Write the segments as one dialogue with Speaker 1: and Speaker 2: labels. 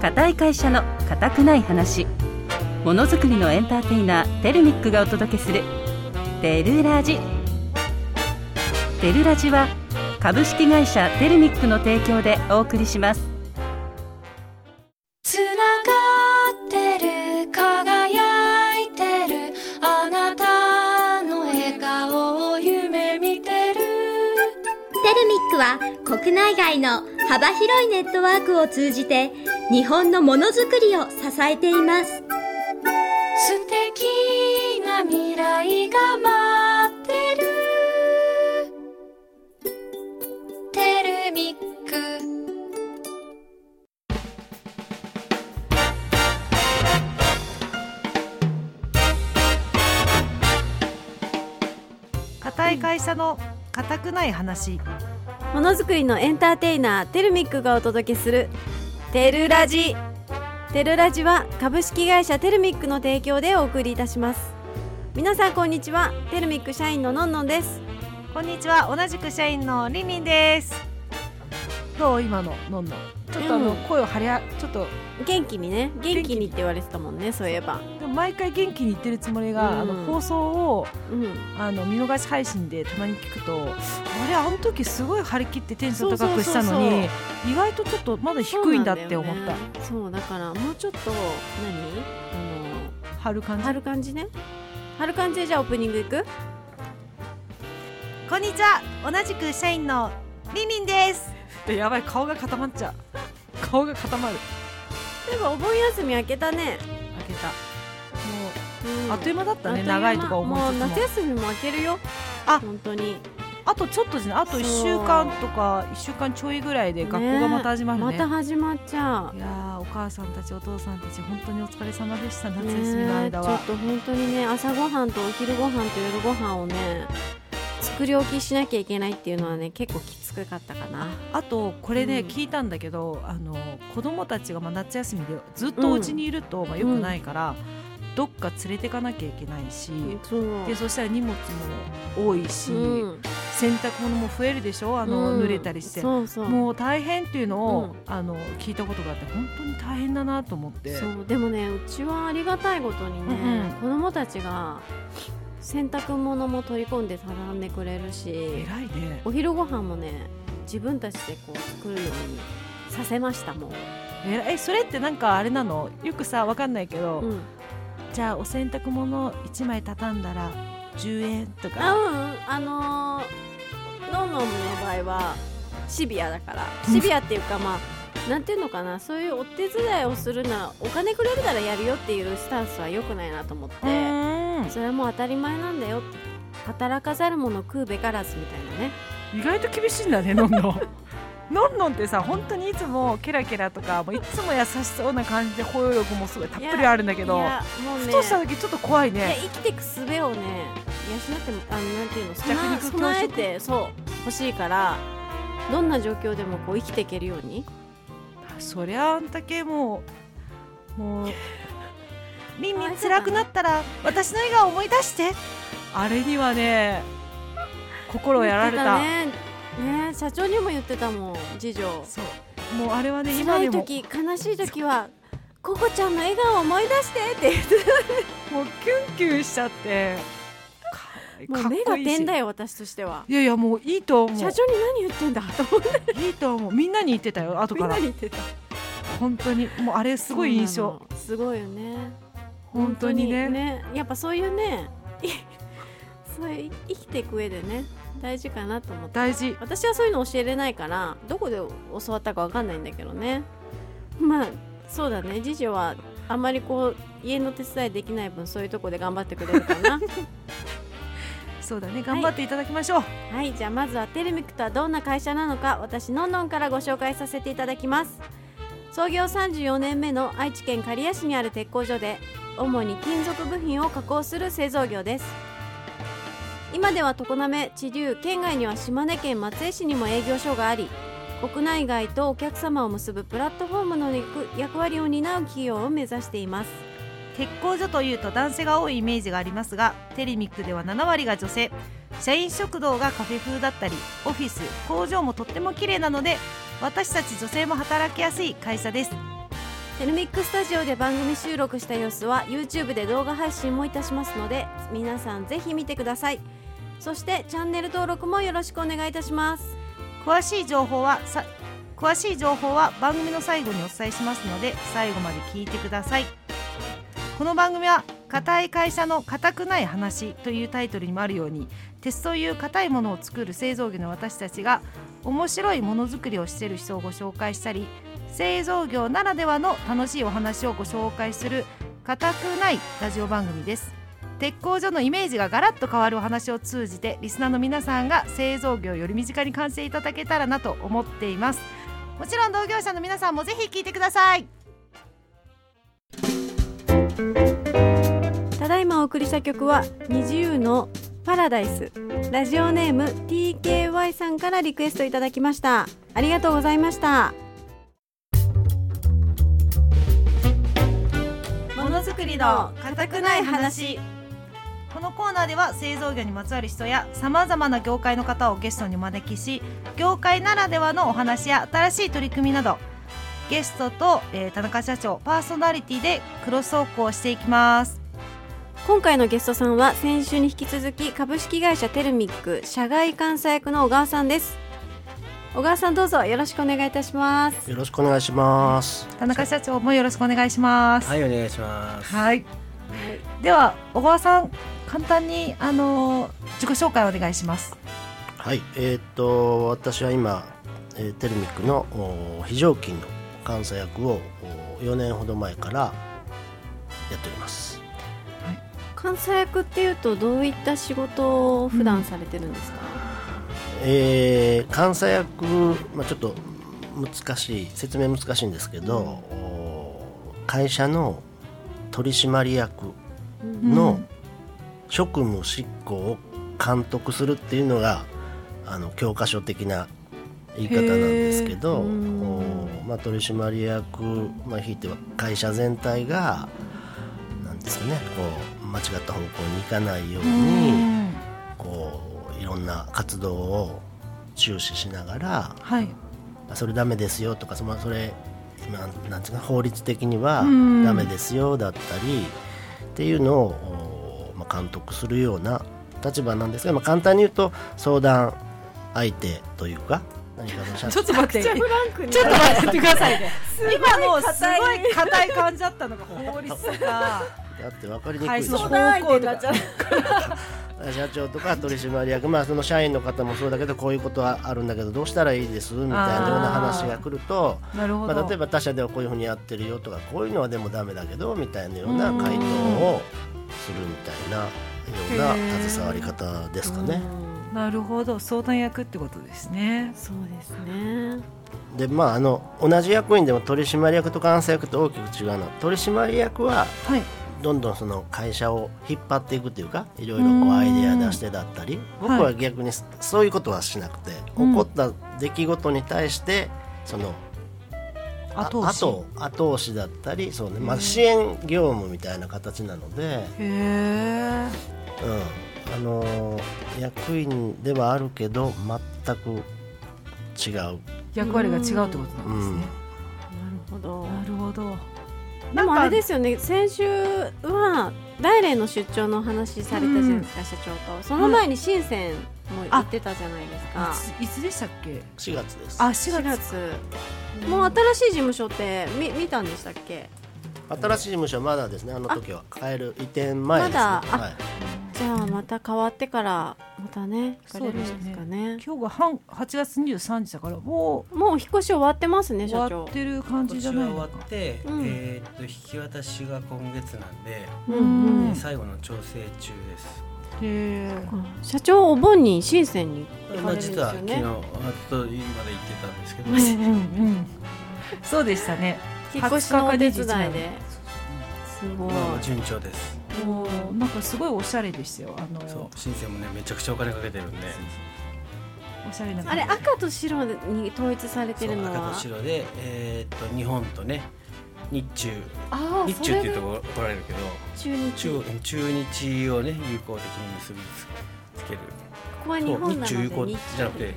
Speaker 1: 固い会社の固くない話ものづくりのエンターテイナーテルミックがお届けする「テルラジ」テルラジは株式会社テルミックの提供でお送りします
Speaker 2: つながってる輝いてるあなたの笑顔を夢見てる
Speaker 3: テルミックは国内外の幅広いネットワークを通じて日本のものづくりを支えています
Speaker 2: 素敵な未来が待ってるテルミック
Speaker 4: 固い会社の固くない話
Speaker 5: ものづくりのエンターテイナーテルミックがお届けするテルラジテルラジは株式会社テルミックの提供でお送りいたします皆さんこんにちはテルミック社員ののんのんです
Speaker 4: こんにちは同じく社員のりんりんですどう今ののんのちょっとあの、
Speaker 5: うん
Speaker 4: 声を張りあちょっと
Speaker 5: 元気にね元気にって言われてたもんねそういえば
Speaker 4: でも毎回元気に言ってるつもりが、
Speaker 5: うん
Speaker 4: あの放送を
Speaker 5: うん
Speaker 4: あの見逃し配信でたまに聞くとあれあの時すごい張り切ってテンション高くしたのに
Speaker 5: そうそうそう
Speaker 4: 意外とちょっとまだ低いんだって思った、
Speaker 5: そうなんだよねそうだからもうちょっと何あ
Speaker 4: 張る感
Speaker 5: の
Speaker 4: じ
Speaker 5: 貼る感じね貼る感じでじゃあオープニングいく
Speaker 4: こんにちは同じく社員のりんりんですやばい顔が固まっちゃう顔が固まる
Speaker 5: でもお盆休み明けたね、
Speaker 4: 開けたもう
Speaker 5: うん
Speaker 4: あっという間だった
Speaker 5: あっ
Speaker 4: ね、
Speaker 5: いう間
Speaker 4: 長いとか思い
Speaker 5: もう
Speaker 4: つつも
Speaker 5: 夏休みも明けるよ
Speaker 4: あ
Speaker 5: 本当に
Speaker 4: あとちょっとですねあと1
Speaker 5: そう
Speaker 4: 週間とか1週間ちょいぐらいで学校がまた始まるね
Speaker 5: また始まっちゃ
Speaker 4: いやーお母さんたちお父さんたち本当にお疲れ様でした
Speaker 5: う
Speaker 4: 夏
Speaker 5: ね
Speaker 4: 休みの間
Speaker 5: ちょ
Speaker 4: は、
Speaker 5: っと本当にね朝ごはんとお昼ごはんと夜ごはんをね作り置きしなきゃいけないっていうのはね結構きつくかったかな
Speaker 4: あとこれね、
Speaker 5: うん
Speaker 4: 聞いたんだけどあの子供たちがまあ夏休みでずっとお家にいると、まあ、よくないから、どっか連れてかなきゃいけないし、
Speaker 5: そう
Speaker 4: でそしたら荷物も多いし、
Speaker 5: うん
Speaker 4: 洗濯物も増えるでしょあの、濡れたりして
Speaker 5: そうそう
Speaker 4: もう大変っていうのを、
Speaker 5: うん
Speaker 4: あの聞いたことがあって本当に大変だなと思って
Speaker 5: そうでもねうちはありがたいことにね、
Speaker 4: うんうん
Speaker 5: 子供たちが洗濯物も取り込んで畳んでくれるし
Speaker 4: 偉いね
Speaker 5: お昼ご飯もね自分たちでこう作るようにさせましたもん、
Speaker 4: 偉いえそれってなんかあれなのよくさわかんないけど、
Speaker 5: うん、
Speaker 4: じゃあお洗濯物1枚畳んだら10円と
Speaker 5: あ
Speaker 4: か
Speaker 5: うんうんあのー、ノンノンの場合はシビアだからシビアっていうかまあなんていうのかなそういうお手伝いをするならお金くれるならやるよっていうスタンスは良くないなと思っ
Speaker 4: う
Speaker 5: て
Speaker 4: ーん
Speaker 5: それはもう当たり前なんだよって働かざる者食うべからずみたいなね
Speaker 4: 意外と厳しいんだねのん のんのんのんってさ本当にいつもケラケラとかもういつも優しそうな感じで包容力もすごいたっぷりあるんだけ
Speaker 5: い
Speaker 4: ど、
Speaker 5: やもうね
Speaker 4: ふとした時ちょっと怖い
Speaker 5: いや
Speaker 4: ね
Speaker 5: 生きていく術をね養ってもあのなんていうの備
Speaker 4: 弱
Speaker 5: え
Speaker 4: 肉強食
Speaker 5: 備えてそう欲しいからどんな状況でもこう生きていけるように
Speaker 4: そりゃあんだけもうもうみんみ
Speaker 5: かわ
Speaker 4: ん
Speaker 5: いそうだね
Speaker 4: 辛くなったら私の笑顔思い出してあれにはね心をやられた
Speaker 5: 言ってたねね社長にも言ってたもん次女
Speaker 4: そうもうあれはね今
Speaker 5: 辛
Speaker 4: で
Speaker 5: い
Speaker 4: も
Speaker 5: 時悲しい時はココちゃんの笑顔を思い出してって言って
Speaker 4: もうキュンキュンしちゃ ってかわい
Speaker 5: もう目が点だ
Speaker 4: よ
Speaker 5: よ私としてはい
Speaker 4: やいやもういいと思う
Speaker 5: 社長に何言ってんだと思って
Speaker 4: いいと思うみんなに言ってたよ後
Speaker 5: み
Speaker 4: か
Speaker 5: んな
Speaker 4: ら
Speaker 5: に言ってた
Speaker 4: 本当にもうあれすごい印
Speaker 5: そうな
Speaker 4: 象
Speaker 5: のすごいよね
Speaker 4: 本当にね
Speaker 5: やっぱそういうねい そういう生きていく上でね大事かなと思って
Speaker 4: 大事
Speaker 5: 私はそういうの教えれないからどこで教わったかわかんないんだけどねまあそうだね次女はあんまりこう家の手伝いできない分そういうとこで頑張ってくれるかな
Speaker 4: そうだね頑張っていただきましょう、
Speaker 5: はいじゃあまずはテルミックとはどんな会社なのか私のんのんからご紹介させていただきます創業34年目の愛知県刈谷市にある鉄工所で主に金属部品を加工する製造業です今では常滑知立県外には島根県松江市にも営業所があり国内外とお客様を結ぶプラットフォームの役割を担う企業を目指しています
Speaker 4: 鉄工所というと男性が多いイメージがありますがテレミックでは7割が女性社員食堂がカフェ風だったりオフィス工場もとっても綺麗なので私たち女性も働きやすい会社です
Speaker 5: テルミックスタジオで番組収録した様子は YouTube で動画配信もいたしますので皆さんぜひ見てくださいそしてチャンネル登録もよろしくお願いいたします
Speaker 4: 詳しい情報はさ詳しい情報は番組の最後にお伝えしますので最後まで聞いてくださいこの番組は「固い会社の固くない話」というタイトルにもあるように鉄という固いものを作る製造業の私たちが面白いものづくりをしている人をご紹介したり製造業ならではの楽しいお話をご紹介する固くないラジオ番組です鉄工所のイメージがガラッと変わるお話を通じてリスナーの皆さんが製造業をより身近に感じていただけたらなと思っていますもちろん同業者の皆さんもぜひ聞いてください
Speaker 5: ただいまお送りした曲は二自由のパラダイスラジオネーム TKY さんからリクエストいただきましたありがとうございましたものづくりの
Speaker 4: 固
Speaker 5: くない話
Speaker 4: このコーナーでは製造業にまつわる人やさまざまな業界の方をゲストにお招きし業界ならではのお話や新しい取り組みなどゲストと、えー田中社長パーソナリティでクロストークをしていきます
Speaker 5: 今回のゲストさんは先週に引き続き株式会社テルミック社外監査役の小川さんです小川さんどうぞよろしくお願いいたします
Speaker 6: よろしくお願いします。
Speaker 4: 田中社長もよろしくお願いします
Speaker 6: はい、お願いします。
Speaker 4: はい。では小川さん、簡単にあの自己紹介お願いします。
Speaker 6: はい、えーっと、私は今、えーテルミックのおー非常勤の監査役をおー4年ほど前からやっております。
Speaker 5: 監査役っていうとどういった仕事を普段されてるんですか、
Speaker 6: えー、監査役、まあ、ちょっと難しい説明難しいんですけど、おー会社の取締役の職務執行を監督するっていうのがあの教科書的な言い方なんですけど、おーまあ、取締役、まあ、ひいては会社全体がなんですかねこう間違った方向に行かないように。こういろんな活動を注視しながら
Speaker 4: はい。
Speaker 6: あそれダメですよとかそのそれ今なんつうか法律的には
Speaker 4: ん
Speaker 6: ダメですよだったりっていうのを、おまあ、監督するような立場なんですが、まあ、簡単に言うと相談相手というか何かの社
Speaker 7: ちょっと待って
Speaker 4: め
Speaker 7: ちょっと待ってくださいね
Speaker 4: 今のすごい硬い感じだったのが法律 とか
Speaker 6: だって分かりにくい
Speaker 4: 会
Speaker 6: でし
Speaker 4: 社の
Speaker 6: ょ
Speaker 4: 方向とか。
Speaker 6: 社長とか取締役、まあ、その社員の方もそうだけどこういうことはあるんだけどどうしたらいいですみたいなような話が来ると。
Speaker 4: なるほ
Speaker 6: まあ、
Speaker 4: ど
Speaker 6: 例え。ば他社ではこういうふうにやってるよとかこういうのはでもダメだけどみたいなような回答をするみたいなよう
Speaker 4: へー
Speaker 6: な携わり方ですかね。
Speaker 4: なるほど、相談役ってことですね。
Speaker 5: そうですね
Speaker 6: でまああの同じ役員でも取締役と監査役と大きく違うのは取締役は
Speaker 4: はい。
Speaker 6: どんどんその会社を引っ張っていくというかいろいろこうアイデア出してだったり僕は逆にそそういうことはしなくて
Speaker 4: うん
Speaker 6: 起こった出来事に対してその
Speaker 4: 後
Speaker 6: あ
Speaker 4: 押し。
Speaker 6: 後後押しだったりそう、ねまあ、支援業務みたいな形なので、
Speaker 4: へえ。
Speaker 6: うんあのー役員ではあるけど全く違う、
Speaker 4: 役割が違うってことな
Speaker 6: うん
Speaker 4: です
Speaker 6: ん
Speaker 4: ね。
Speaker 5: なるほど
Speaker 4: なるほど。
Speaker 5: でもあれですよね先週は大連の出張のお話されたじゃないですか、社長とその前に深センも行ってたじゃないですか、
Speaker 4: いついつでしたっけ？
Speaker 6: 4月です
Speaker 4: あ、四
Speaker 5: 4
Speaker 4: 月。
Speaker 5: 月もう新しい事務所ってみ見たんでしたっけ
Speaker 6: 新しい事務所はまだですねあの時は帰る移転前で
Speaker 5: ま
Speaker 6: すね、
Speaker 5: だあ
Speaker 6: はい、
Speaker 5: じゃあまた変わってからまたね行かれるんです
Speaker 4: そ
Speaker 5: か
Speaker 4: う
Speaker 5: ね
Speaker 4: 今日が半八月二十三日だからも
Speaker 5: もうお引っ越し終わってます
Speaker 4: う
Speaker 5: ね
Speaker 4: 終
Speaker 5: 社
Speaker 4: わ
Speaker 5: 長
Speaker 4: ってる感
Speaker 8: 今
Speaker 4: じじゃ
Speaker 8: 年
Speaker 4: な
Speaker 8: はい終
Speaker 4: の
Speaker 8: わ
Speaker 4: か。
Speaker 8: って、
Speaker 5: うん
Speaker 8: えーっと引き渡しが今月なんで、
Speaker 5: うん
Speaker 4: うん
Speaker 5: うん
Speaker 8: 最後の調整中です。
Speaker 4: へえ。
Speaker 5: 社長お盆に深センに行
Speaker 8: ま
Speaker 5: かれるん
Speaker 8: あ
Speaker 5: です
Speaker 8: 実
Speaker 5: よ
Speaker 8: は昨日
Speaker 5: ね
Speaker 8: あちょっと今まで言ってたんですけど、
Speaker 4: うんうんうん。そうでしたね。
Speaker 5: 引っ越しのお手伝いですごい
Speaker 8: まあまあ順調です。
Speaker 4: もうなんかすごいおしゃれでしたよ。あ
Speaker 8: そ
Speaker 4: の
Speaker 8: う申請もねめちゃくちゃお金かけてるんで、
Speaker 4: おしゃれな
Speaker 5: あ
Speaker 4: 感
Speaker 5: れ
Speaker 4: じ。
Speaker 5: 赤と白に統一されて
Speaker 8: そ
Speaker 5: る
Speaker 8: う
Speaker 5: の
Speaker 8: 赤
Speaker 5: は
Speaker 8: と白でえーっと日本とね日中
Speaker 5: あ
Speaker 8: 日
Speaker 5: あそ
Speaker 8: 中って
Speaker 5: れ
Speaker 8: いうと
Speaker 5: が
Speaker 8: こ怒られるけど
Speaker 5: 中日
Speaker 8: 中中日をね友好的に結びつける。
Speaker 5: ここは日
Speaker 8: そ
Speaker 5: 本
Speaker 8: う
Speaker 5: なので
Speaker 8: 日中友好
Speaker 5: 日
Speaker 8: じゃなくて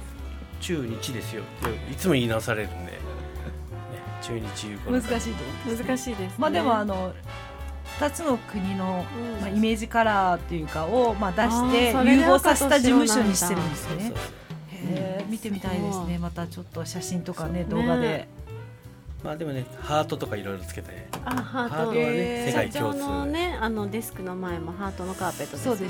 Speaker 8: 中日ですよっていつも言い直されるんで。ね中日友好
Speaker 4: 難
Speaker 8: の
Speaker 4: し
Speaker 8: 会
Speaker 4: いと思う
Speaker 5: 難しいです、ね、
Speaker 4: まあでもあの2つの国の、
Speaker 5: うん
Speaker 4: まあ、イメージカラーっていうかを、まあ、出して
Speaker 5: あーそれで
Speaker 4: 融合させた事務所にしてるんです
Speaker 8: そう
Speaker 4: ね
Speaker 8: そうそう
Speaker 4: へー見てみたいですねまたちょっと写真とかね
Speaker 5: そう
Speaker 4: 動画で、
Speaker 5: ね
Speaker 8: まあでもねハートとかいろいろつけて
Speaker 5: あハ
Speaker 8: ハー
Speaker 5: ー
Speaker 8: ト
Speaker 5: ト
Speaker 4: へ
Speaker 8: はね
Speaker 4: ー
Speaker 8: 世
Speaker 5: 社
Speaker 8: 界
Speaker 5: 長
Speaker 8: 共通
Speaker 5: のねあのデスクの前もハートのカーペットですもん
Speaker 8: そ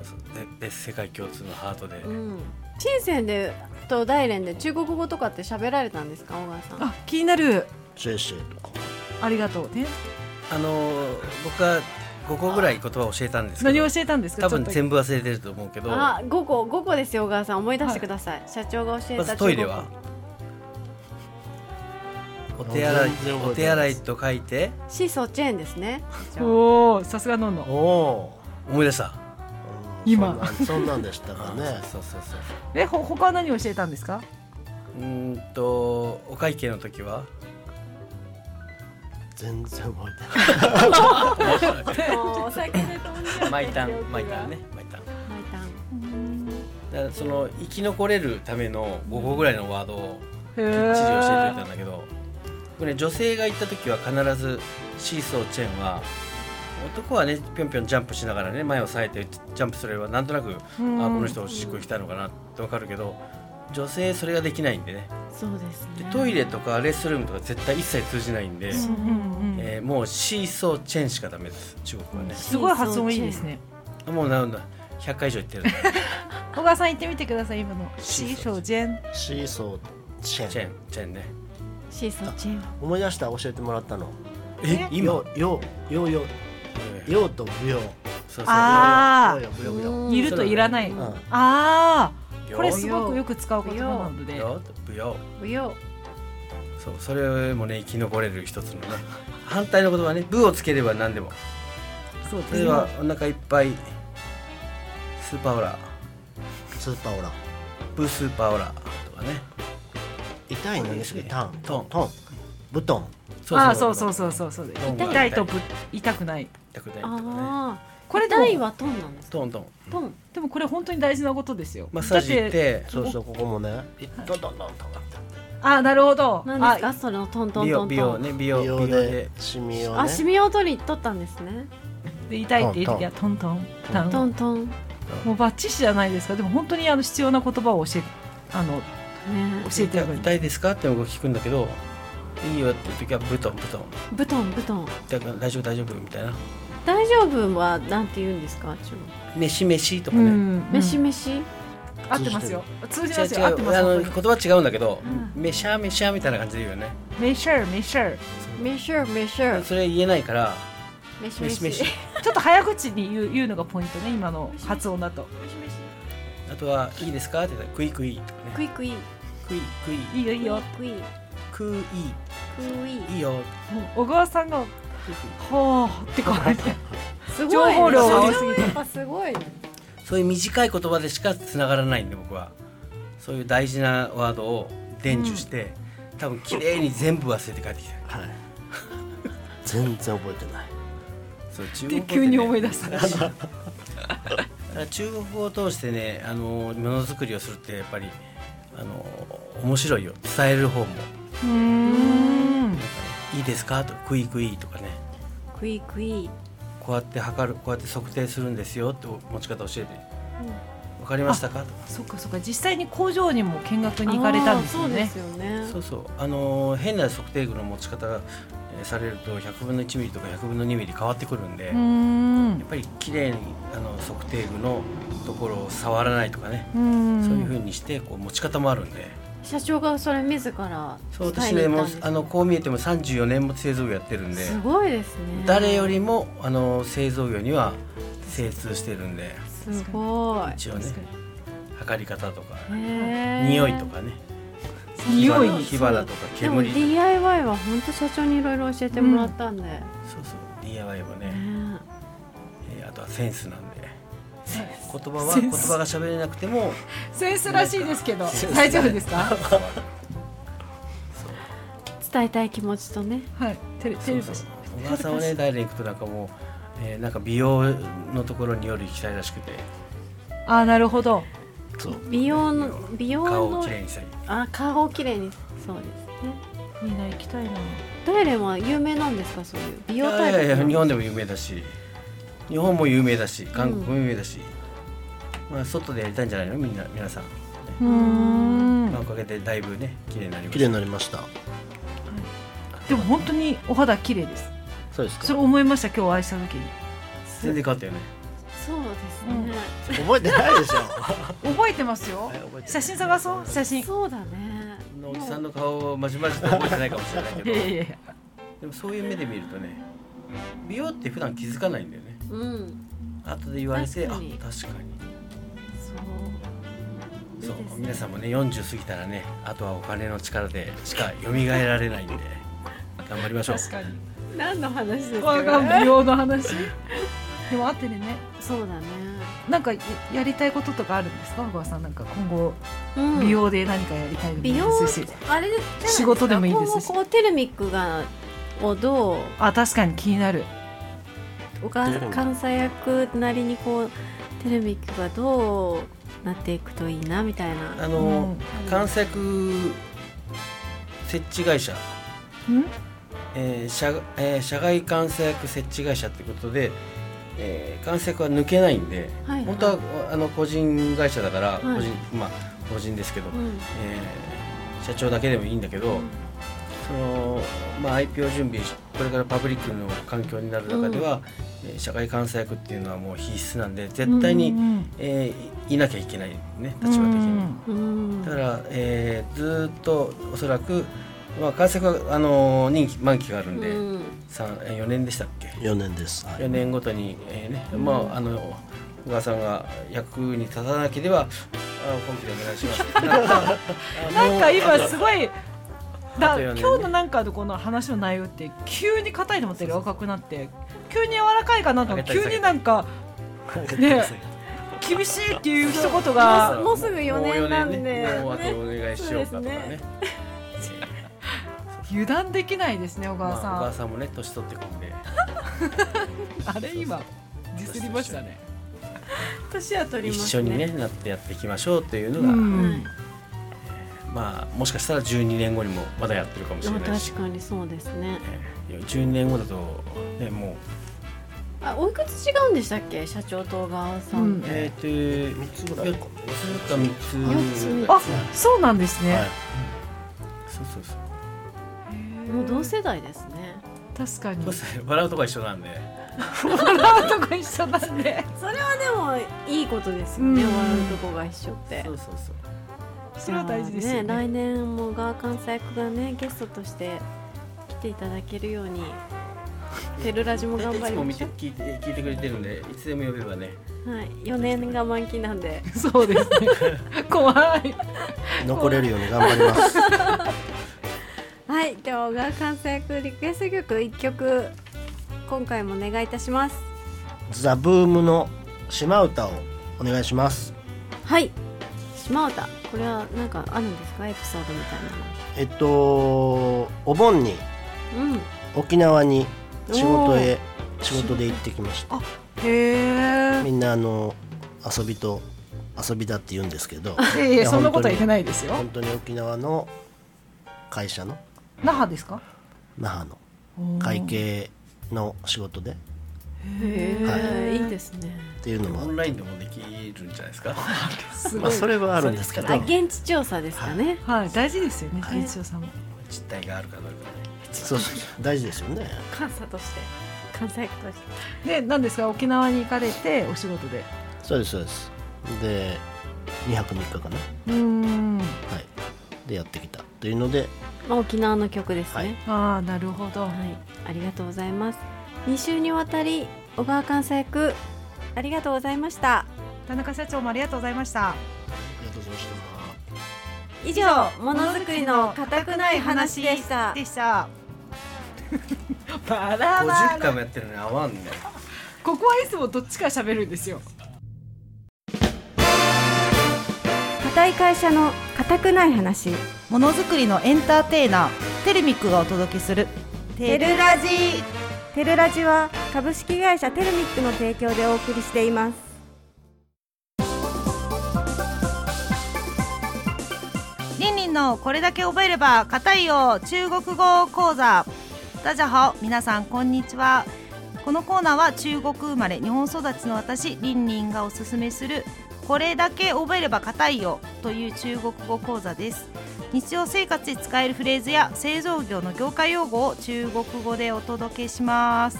Speaker 8: うそうでで世界共通のハートで、
Speaker 5: うん深センでと大連で中国語とかって喋られたんですか小川さん
Speaker 4: あ気になる
Speaker 6: シェイシェイとか
Speaker 4: ありがとうね
Speaker 8: あのー僕は5個ぐらい言葉を教えたんですけ
Speaker 4: 何
Speaker 8: ど
Speaker 4: を教えたんですか
Speaker 8: 多
Speaker 4: ち
Speaker 8: 分
Speaker 4: ょっと
Speaker 8: 全部忘れてると思うけど
Speaker 5: あ五個五個ですよ小川さん思い出してください、社長が教えた
Speaker 8: まず
Speaker 5: 中
Speaker 8: トイ
Speaker 5: 国
Speaker 8: レ
Speaker 5: 語
Speaker 8: はお手洗い
Speaker 6: 全然覚
Speaker 8: お
Speaker 6: えて
Speaker 8: 手
Speaker 6: ない
Speaker 8: 洗
Speaker 6: で
Speaker 8: い
Speaker 6: す
Speaker 8: と書いて
Speaker 5: シーソーチェーンですね
Speaker 4: おおさすがのんのん
Speaker 6: おお
Speaker 8: 思い出した
Speaker 6: ー、うん
Speaker 4: 今
Speaker 6: そんなんそんなんでしたかね
Speaker 8: そうそうそうそう
Speaker 4: えほ他は何を教えたんですか
Speaker 8: うーんとお会計の 時は
Speaker 6: 全然覚えてない
Speaker 5: もう お 酒で飛んじゃう
Speaker 8: 毎ターン毎ターンね毎ターン
Speaker 5: 毎ターン
Speaker 8: だからその生き残れるための5個ぐらいのワードを
Speaker 4: へ
Speaker 8: きっちり教えていた
Speaker 4: え
Speaker 8: んだけどこれ、ね、女性が行った時は必ずシーソーチェーンは男はねぴょんぴょんジャンプしながらね前をさえてジャンプすればなんとなくあこ
Speaker 4: うん
Speaker 8: の人おしっこ行きたいのかなってわかるけど女性それができないんでね
Speaker 5: そうです
Speaker 8: で
Speaker 5: ね
Speaker 8: トイレとかレストルームとか絶対一切通じないんで、
Speaker 4: うんうんうん
Speaker 8: えーもうシーソーチェーンしかダメです中国はね、
Speaker 4: すごい発音いいですね
Speaker 8: もうなんだ100回以上行ってるんだ
Speaker 4: 小川さん言ってみてください今のシーショージェン
Speaker 6: シーソーチェ
Speaker 8: チェ
Speaker 6: ー
Speaker 8: ーン
Speaker 6: ン
Speaker 8: チェーンね
Speaker 5: シーソーチェーン
Speaker 6: 思い出した教えてもらったの
Speaker 8: え今
Speaker 6: よよよよ
Speaker 8: えー
Speaker 6: よとぶよ
Speaker 8: そうそう
Speaker 4: あ
Speaker 6: よよぶよぶよ
Speaker 4: あいるといらない
Speaker 6: うん
Speaker 4: ああ
Speaker 8: よ
Speaker 4: これすごくよく使う言葉なので
Speaker 8: よぶよ
Speaker 5: 不要
Speaker 8: そうそれもね生き残れる一つのね 反対の言葉はね「ぶ」をつければ何でも
Speaker 4: そう
Speaker 8: それはお腹いっぱいスーパーオラ
Speaker 6: スーパーオラ
Speaker 8: ブスーパーオラとかね
Speaker 6: 痛いのにすぎタン
Speaker 8: トン
Speaker 6: トンブトン
Speaker 4: あーそうそうそうそうそう
Speaker 8: どうも
Speaker 4: 痛いとぶ痛くない
Speaker 8: 痛くないとかね
Speaker 5: ああ
Speaker 4: これでも
Speaker 5: 痛いはトンなんですか
Speaker 8: トントン
Speaker 5: トン
Speaker 4: でもこれ本当に大事なことですよ
Speaker 8: マッサージ行っ
Speaker 4: だ
Speaker 8: て
Speaker 6: そうそうここもねいトントントントン
Speaker 4: あなるほど
Speaker 5: 何です
Speaker 4: あ
Speaker 5: かそのトントン
Speaker 8: 美
Speaker 5: トン
Speaker 8: 容美
Speaker 5: ト
Speaker 8: 容
Speaker 5: ン、
Speaker 8: ね美
Speaker 6: 美
Speaker 8: 容美
Speaker 6: 容
Speaker 8: 容
Speaker 6: で
Speaker 8: で
Speaker 6: シミを
Speaker 5: あ
Speaker 6: ね
Speaker 5: シミを取り取ったんですね
Speaker 4: で痛いって
Speaker 6: トントン
Speaker 4: いやトントンタ
Speaker 5: ト
Speaker 4: ン
Speaker 5: ントンね
Speaker 4: もうバッチシじゃないですかでも本当にあの必要な言葉を教えあの教えてあげる
Speaker 8: 痛いですかって僕聞くんだけどいいよっていう時はブトンブトン
Speaker 5: ブトンブトン
Speaker 8: 痛く大丈夫大丈夫みたいな
Speaker 5: 大丈夫はなんて言うんですか中国
Speaker 8: 飯飯とか
Speaker 4: う
Speaker 8: ね
Speaker 4: んうん
Speaker 5: 飯飯
Speaker 4: 合ってますよ通じ
Speaker 8: 違う
Speaker 4: ます
Speaker 8: 違
Speaker 4: よ合って
Speaker 8: うあの
Speaker 4: ま
Speaker 8: 言
Speaker 4: す
Speaker 8: 葉違うんだけどめしゃめしゃみたいな感じで言うよね
Speaker 4: メシャーメシャー
Speaker 5: メシュメシュ
Speaker 8: それ言えないから
Speaker 5: メシ
Speaker 8: めしめし
Speaker 4: ちょっと早口に言う言うのがポイントね今の発音だと
Speaker 8: あとは「いいですか?」って言ったら「クイクイ」とか
Speaker 5: ク
Speaker 8: ね
Speaker 5: イクイ
Speaker 8: 「クイクイ」
Speaker 4: いいよいいよ
Speaker 5: クイ
Speaker 8: 「クイ
Speaker 5: クイ」
Speaker 8: 「いいよ」
Speaker 4: 小川さんが「はあ」ってこうや って
Speaker 5: す
Speaker 4: 情報量が多すぎて
Speaker 5: やっぱすごいね
Speaker 8: そういう短い言葉でしかつながらないんで僕はそういう大事なワードを伝授して、多分綺麗に全部忘れて帰ってきた
Speaker 6: はい 全然覚えてない
Speaker 8: そう中
Speaker 4: で
Speaker 8: 国語ってね
Speaker 4: 急に思い出した
Speaker 8: だから中国語を通してねあのものづくりをするってやっぱりあの面白いよ伝える方も
Speaker 4: うん
Speaker 8: 「いいですか?」と「クイクイ」とかね
Speaker 5: クイクイ
Speaker 8: こうやって測るこうやって測定するんですよって持ち方教えて「わかりましたか?」とか
Speaker 4: そっかそっか実際に工場にも見学に行かれたんですよ
Speaker 5: あーそうで
Speaker 4: ね
Speaker 5: すよね
Speaker 8: そうそうあのー変な測定具の持ち方が、えーされると100分の1ミリとか100分の2ミリ変わってくるんで、
Speaker 4: う
Speaker 8: やっ
Speaker 4: ん
Speaker 8: ぱり綺麗にあの測定具のところを触らないとかね、
Speaker 4: うん
Speaker 8: そういう風にしてこう持ち方もあるんで
Speaker 5: 社長がそれ自ら
Speaker 8: そう
Speaker 5: 伝
Speaker 8: 私
Speaker 5: え
Speaker 8: ね
Speaker 5: に行
Speaker 8: も
Speaker 5: ったん
Speaker 8: う
Speaker 5: です
Speaker 8: あのこう見えても34年も製造業やってるんです
Speaker 5: ごいですね
Speaker 8: 誰よりもあの製造業には精通してるんです
Speaker 5: ごい
Speaker 8: 一応ね測り方とか
Speaker 5: へー
Speaker 8: 匂いとかね
Speaker 4: 匂いに
Speaker 8: 火花とか
Speaker 5: でも
Speaker 8: 煙とか
Speaker 5: DIY は本当社長にいろいろ教えてもらったんで、ね
Speaker 8: そうそう DIY もね、
Speaker 5: え
Speaker 8: えーあとはセンスなんで
Speaker 4: セン
Speaker 8: 言葉は
Speaker 4: セン
Speaker 8: 言
Speaker 4: ス
Speaker 8: 葉が喋れなくても
Speaker 4: センスらしいですけど大丈夫ですか
Speaker 5: 伝えたい気持ちとね
Speaker 4: はいテレテ
Speaker 8: そ
Speaker 4: レ
Speaker 8: う
Speaker 4: ビ
Speaker 8: そう小川さんはね大連行くとなんかもう、えーなんか美容のところに夜行きたいらしくて
Speaker 4: ああなるほど
Speaker 6: そう
Speaker 5: 美容の美容
Speaker 8: 顔を
Speaker 5: の
Speaker 8: きれいにしたり
Speaker 5: あ顔をきれいにそうですね
Speaker 4: みんな行きたいな
Speaker 5: トイレも有名なんですかそういう美
Speaker 8: い
Speaker 5: 容
Speaker 8: やいやい
Speaker 5: 体
Speaker 8: や
Speaker 5: 験
Speaker 8: 日本でも有名だし日本も有名だし韓国も有名だし、まあ、外でやりたいんじゃないのみんな皆さん、
Speaker 4: う
Speaker 8: ま
Speaker 4: ん
Speaker 8: あ、おかげでだいぶね綺麗になりま
Speaker 6: 綺麗
Speaker 8: し
Speaker 6: に
Speaker 8: た
Speaker 6: なりました
Speaker 4: でも本当にお肌綺麗です
Speaker 6: そうです
Speaker 4: そ
Speaker 6: か
Speaker 4: れ思いました今日お会いした時に
Speaker 8: 全然変わったよね
Speaker 5: そうですね、
Speaker 6: 覚えてない でしょ
Speaker 4: 覚えてますよ
Speaker 8: はい覚えてる
Speaker 4: 写真探そう写真
Speaker 5: そうだね
Speaker 8: おじさんの顔をまじまじと覚えてないかもしれないけ
Speaker 4: い
Speaker 8: ど
Speaker 4: やいやいや
Speaker 8: でもそういう目で見るとね美容って普段気づかないんだよね
Speaker 5: うん
Speaker 8: 後で言われ
Speaker 5: 確
Speaker 8: てあ
Speaker 5: か
Speaker 8: 確
Speaker 5: に
Speaker 8: かに
Speaker 5: そういいで
Speaker 8: そう
Speaker 5: すね
Speaker 8: 皆さんもね40過ぎたらねあとはお金の力でしか蘇られないんで頑張りましょう
Speaker 4: 確かに
Speaker 5: 何の話です
Speaker 4: 我が美容の話 でもあってるね
Speaker 5: そうだね
Speaker 4: なんかややりたいこととかあるんですか小川さんなんか今後
Speaker 5: うん
Speaker 4: 美容で何かやりたいのもいい
Speaker 5: 美容
Speaker 4: ですし、
Speaker 5: あれじゃないですか
Speaker 4: 仕事でもいいですし
Speaker 5: 今後こうテルミックがをどう
Speaker 4: あ確かに気になる
Speaker 5: お母さん関西役なりにこうテルミックがどうなっていくといいなみたいな
Speaker 8: あ
Speaker 4: う
Speaker 8: の、関西区設置会社、
Speaker 4: ん
Speaker 8: えー社えー社外関西役設置会社ってことで、えー、関西区は抜けないんで、
Speaker 5: はいはい
Speaker 8: 本当はあの個人会社だから、
Speaker 5: い
Speaker 8: 個人まあ個人ですけど、
Speaker 5: うん
Speaker 8: えー社長だけでもいいんだけど、その、まあ、IPO 準備しこれからパブリックの環境になる中では、えー社会監査役っていうのはもう必須なんで絶対に、
Speaker 4: うん
Speaker 8: えーいいなきゃいけないね立場的に。
Speaker 5: うん
Speaker 8: だから、えーずーっとおそらく、まあ、川崎はあのー任期満期があるんで、
Speaker 5: うん
Speaker 8: 三えー4年でしたっけ
Speaker 6: 4年です、はい
Speaker 8: 4年ごとに、えーねまああの小川さんが役に立たなければあ今期でお願い しますってなったら
Speaker 4: なんか
Speaker 8: あ
Speaker 4: 今
Speaker 8: の
Speaker 4: すごいだ
Speaker 8: あとよ
Speaker 4: 今
Speaker 8: ね
Speaker 4: 日のなんかのこの話の内容って急に硬いと思ったより赤くなって急に柔らかいかなと思ったら急
Speaker 8: 上げたり
Speaker 4: になんかね 厳しいっていう一言が
Speaker 5: もうすぐ4年なんで
Speaker 8: もう四年ねもうあとお願いしようかとかね
Speaker 5: そうです
Speaker 4: 油断できないですね小
Speaker 8: ま
Speaker 4: 川
Speaker 8: あ、小
Speaker 4: さん、
Speaker 8: 川さんもね年取ってくんで
Speaker 4: あ、れ今ディスりましたね
Speaker 5: 年は取り
Speaker 8: 一
Speaker 5: ます
Speaker 8: 緒にねなってやっていきましょうというの
Speaker 4: う
Speaker 8: が、
Speaker 4: ん
Speaker 8: まあもしかしたら12年後にもまだやってるかもし
Speaker 5: で
Speaker 8: れ
Speaker 5: も
Speaker 8: ないし
Speaker 5: 確かにそうですね
Speaker 8: いや12年後だと、ね、もう
Speaker 5: あおいくつ違うんでしたっけ社長と小川さん、
Speaker 4: うん
Speaker 8: えっ、ー、と三つぐらいか四つか三つ
Speaker 5: 四つ三つ
Speaker 4: あそうなんですね、
Speaker 6: はい
Speaker 8: そうそうそう
Speaker 5: もう同世代ですね
Speaker 4: 確かに
Speaker 8: そうっすね笑うとこは一緒なんで
Speaker 4: 笑うとこ一緒なんで
Speaker 5: それはでもいいことですよね、
Speaker 4: うん
Speaker 5: 笑うとこが一緒って
Speaker 8: そうそうそう
Speaker 4: それは大事ですよ
Speaker 5: じゃあ
Speaker 4: ね
Speaker 5: 来年もが関西役がねゲストとして来ていただけるよう にテルラジも
Speaker 8: 大
Speaker 5: 頑張
Speaker 8: 体いつ
Speaker 5: り
Speaker 8: も
Speaker 5: ま
Speaker 8: 見
Speaker 5: してょ
Speaker 8: 聞いて聞いてくれてるんでいつでも呼べばね
Speaker 5: う、はい、4年が満期なんで
Speaker 4: そうです ね怖い
Speaker 6: 残れるように頑張ります
Speaker 5: はいでは小川関西役リクエスト曲1曲今回もお願いいたします
Speaker 6: ザ・ブームの島唄をお願いします
Speaker 5: はい島唄これはなんかあるんですかエピソードみたい
Speaker 6: えっとお盆に
Speaker 5: なのうん
Speaker 6: 沖縄に仕事へ仕事で行ってきました
Speaker 4: へえ
Speaker 6: みんなあの遊びと遊びだって言うんですけ ど
Speaker 4: いやいやそんなことは言ってないですよ
Speaker 6: 本当に沖縄の会社の
Speaker 4: 那覇ですか
Speaker 6: 那覇の会計の仕事でっ
Speaker 5: へえいいですね
Speaker 6: ていうの
Speaker 8: オ
Speaker 6: も
Speaker 8: ンラインでもできるんじゃないですか
Speaker 4: す
Speaker 6: まあそれはあるんですけど
Speaker 5: あ現地調査ですかね、
Speaker 4: はい大事ですよね会長さんも
Speaker 8: 実態があるかどうかね
Speaker 6: そうそう大事ですよね
Speaker 5: 監査として関西役として
Speaker 4: で何ですか沖縄に行かれてお仕事で
Speaker 6: そうですそうですで2泊3日かな
Speaker 4: うーん
Speaker 6: はいでやってきたというので
Speaker 5: まあ、沖縄の曲です
Speaker 6: は
Speaker 5: ね
Speaker 6: い
Speaker 4: ああなるほど
Speaker 5: はい、ありがとうございます2週にわたり小川関西区ありがとうございました
Speaker 4: 田中社長もありがとうございました
Speaker 6: ありがとうございました
Speaker 5: 以上ものづくりの固くない話でした
Speaker 4: でしたバラバ
Speaker 8: 50
Speaker 4: ラ
Speaker 8: 回もやってるのに合わんね
Speaker 4: ここはいつもどっちか喋るんですよ
Speaker 5: 固い会社の固くない話
Speaker 4: ものづくりのエンターテイナーテルミックがお届けする
Speaker 5: テルラジテルラジは株式会社テルミックの提供でお送りしています
Speaker 4: リンリンのこれだけ覚えれば硬いよ中国語講座ダジャハオ皆さんこんにちはこのコーナーは中国生まれ日本育ちの私リンリンがおすすめするこれだけ覚えれば硬いよという中国語講座です日常生活で使えるフレーズや製造業の業界用語を中国語でお届けします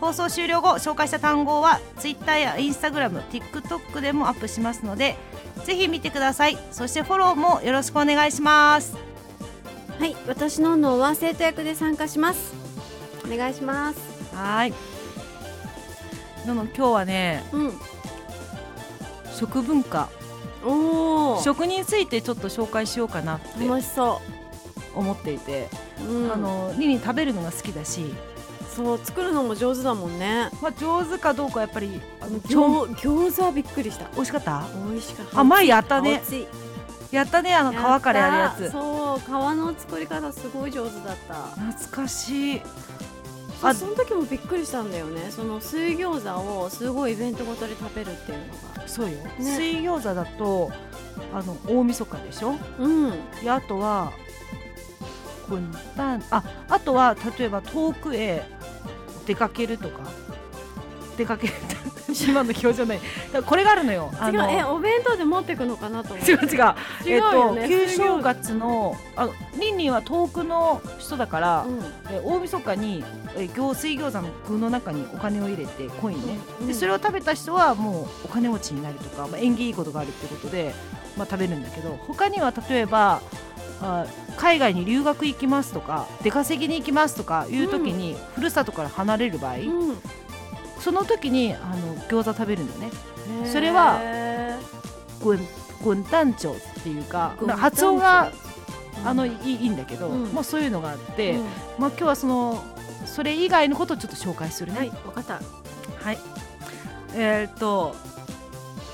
Speaker 4: 放送終了後紹介した単語は Twitter や InstagramTikTok でもアップしますのでぜひ見てくださいそしてフォローもよろしくお願いします
Speaker 5: はい私ののんは生徒役で参加しますお願いします
Speaker 4: はいのの今日はね
Speaker 5: うん
Speaker 4: 食文化
Speaker 5: おお
Speaker 4: 食についてちょっと紹介しようかなって
Speaker 5: 楽しそ
Speaker 4: 思っていて、
Speaker 5: う、うん、
Speaker 4: あのリリン食べるのが好きだし、
Speaker 5: そう作るのも上手だもんね
Speaker 4: まあ、上手かどうかやっぱりあの
Speaker 5: 餃餃子はびっくりした
Speaker 4: 美味しかった
Speaker 5: 美味しかった
Speaker 4: 甘いやったね
Speaker 5: 青つい
Speaker 4: やったねあの皮からやるや
Speaker 5: ったそう皮の作り方すごい上手だった
Speaker 4: つ懐かしいあ
Speaker 5: あその時もびっくりしたんだよねその水餃子をすごいイベントごとで食べるっていうのが
Speaker 4: そうよ、水餃子だとあの大晦日でしょ
Speaker 5: うん
Speaker 4: であとはこんなああとは例えば遠くへ出かけるとか出かける 今の表情ないだからこれがあるのよあ
Speaker 5: 違う
Speaker 4: の
Speaker 5: えお弁当で持っていくのかなと思っ て
Speaker 4: 違う違う
Speaker 5: 違う
Speaker 4: えっ
Speaker 5: よ
Speaker 4: と、
Speaker 5: ね
Speaker 4: 旧正月のあのリンリンは遠くの人だから、
Speaker 5: うん
Speaker 4: え大晦日にえ餃水餃子の具の中にお金を入れてコインね、
Speaker 5: うん
Speaker 4: でそれを食べた人はもうお金持ちになるとか、まあ、縁起いいことがあるってことで、まあ、食べるんだけど他には例えばあ海外に留学行きますとか出稼ぎに行きますとかいう時に、ふるさとから離れる場合、
Speaker 5: うん
Speaker 4: その時にあの餃子食べるんだよね。
Speaker 5: へー
Speaker 4: それは軍軍団長っていうか
Speaker 5: 軍
Speaker 4: な
Speaker 5: 団
Speaker 4: ん
Speaker 5: 長
Speaker 4: か発音が
Speaker 5: うん
Speaker 4: あのいいいいんだけど、
Speaker 5: うん
Speaker 4: まあ、そういうのがあって、
Speaker 5: うん
Speaker 4: まあ、今日はそのそれ以外のことをちょっと紹介するね。
Speaker 5: はいわかった
Speaker 4: はい、えーっと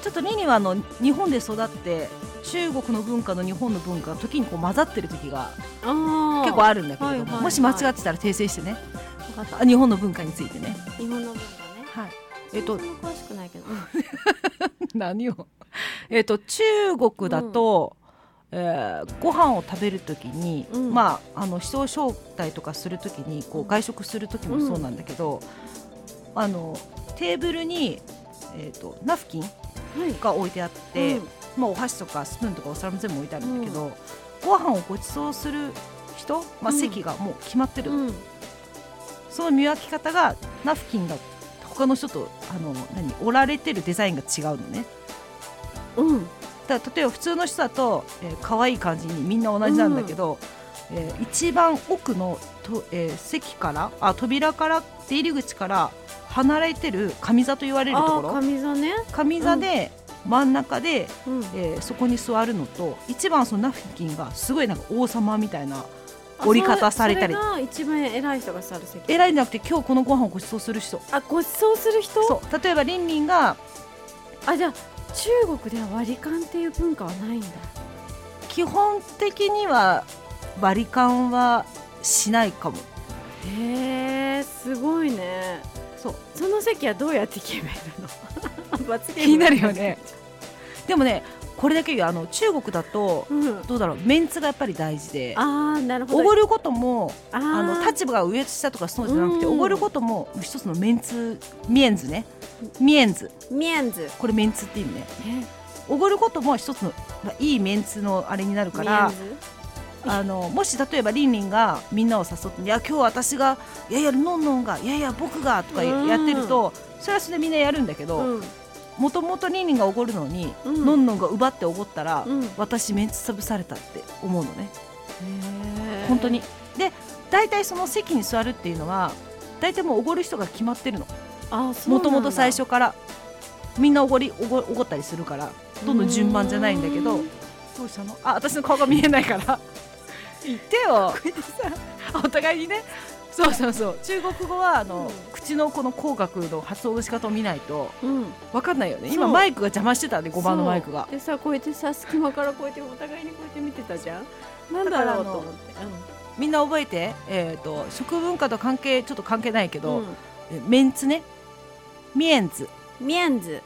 Speaker 4: ちょっとリニはあの日本で育って中国の文化の日本の文化が時にこう混ざってる時が
Speaker 5: 結
Speaker 4: 結構あるんだけれども、
Speaker 5: はいはいはい
Speaker 4: もし間違ってたら訂正してね
Speaker 5: 分かった
Speaker 4: あ日本の文化についてね。
Speaker 5: 日本の文化ね
Speaker 4: はい、えっと
Speaker 5: そんな詳しくないけ ど
Speaker 4: 何を えっと中国だと、えーご飯を食べるときに、
Speaker 5: うん
Speaker 4: まあ、あの人を招待とかするときにこう外食するときもそうなんだけど、あのテーブルに、えー、とナフキン
Speaker 5: はい
Speaker 4: が置いてあって、
Speaker 5: うん
Speaker 4: まあ、お箸とかスプーンとかお皿も全部置いてあるんだけど、ご飯をご馳走する人、まあ、
Speaker 5: うん
Speaker 4: 席がもう決まってる、
Speaker 5: うん
Speaker 4: その見分け方がナフキンが他の人とあの何折られてるデザインが違うのね。
Speaker 5: うん
Speaker 4: だから例えば普通の人だと、えー、可愛い感じにみんな同じなんだけど、えー一番奥のと、えー席からあ扉から出入り口から離れてる上座と言われるとこ
Speaker 5: あ
Speaker 4: ろ
Speaker 5: 神座ね
Speaker 4: 上座で真ん中で、
Speaker 5: うん
Speaker 4: えーそこに座るのと一番そのナフキンがすごいなんか王様みたいな折り方されたり
Speaker 5: あそれそれが一番偉い人が座る席
Speaker 4: 偉いんじゃなくて今日このご飯をご馳走する人
Speaker 5: あご馳走する人
Speaker 4: そう例えばリンリンが
Speaker 5: あじゃあ中国では割り勘っていう文化はないんだ
Speaker 4: 基本的には割り勘はしないかも
Speaker 5: へえすごいね
Speaker 4: そう
Speaker 5: その席はどうやって決めるの罰ゲーム
Speaker 4: 気になるよねでもねこれだけ言うよあの中国だと
Speaker 5: うん
Speaker 4: どうだろうメンツがやっぱり大事で
Speaker 5: ああなるほど
Speaker 4: おごることも
Speaker 5: あ
Speaker 4: あ
Speaker 5: ー
Speaker 4: の立場が上と下とかそうじゃなくて
Speaker 5: うん
Speaker 4: おごることも一つのメンツミエンズねミエンズ
Speaker 5: ミエンズ
Speaker 4: これメンツって意味ね
Speaker 5: え
Speaker 4: おごることも一つのまあいいメンツのあれになるか
Speaker 5: ミ
Speaker 4: ら
Speaker 5: エンズ
Speaker 4: あのもし例えばりんりんがみんなを誘って「いや今日私がいやいやのんのんがいやいや僕が」とか
Speaker 5: うん
Speaker 4: やってるとそれはそれでみんなやるんだけど、
Speaker 5: うん
Speaker 4: もともとニーニンがおごるのに、
Speaker 5: うん
Speaker 4: のんのんが奪っておごったら、
Speaker 5: うん
Speaker 4: 私メンツ潰されたって思うのね
Speaker 5: へー
Speaker 4: 本当にで大体その席に座るっていうのは大体もうおごる人が決まってるの
Speaker 5: あそうな
Speaker 4: も
Speaker 5: んだ
Speaker 4: ともと最初からみんなおごりおごおごったりするからどんどん順番じゃないんだけど
Speaker 5: うーん
Speaker 4: どうしたのあ私の顔が見えないから言ってよお互いにねそうそうそう中国語はあの、
Speaker 5: うん
Speaker 4: 口のこの口角の発音の仕方を見ないと
Speaker 5: うん
Speaker 4: わかんないよね
Speaker 5: そう
Speaker 4: 今マイクが邪魔してたね5番のマイクが
Speaker 5: そうでさこうやってさ隙間からこうやってお互いにこうやって見てたじゃんなんだろうと思って
Speaker 4: みんな覚えて、えー、と食文化と関係ちょっと関係ないけ
Speaker 5: う
Speaker 4: ど、
Speaker 5: ん
Speaker 4: えメンツねミエンツ
Speaker 5: うんミエンズ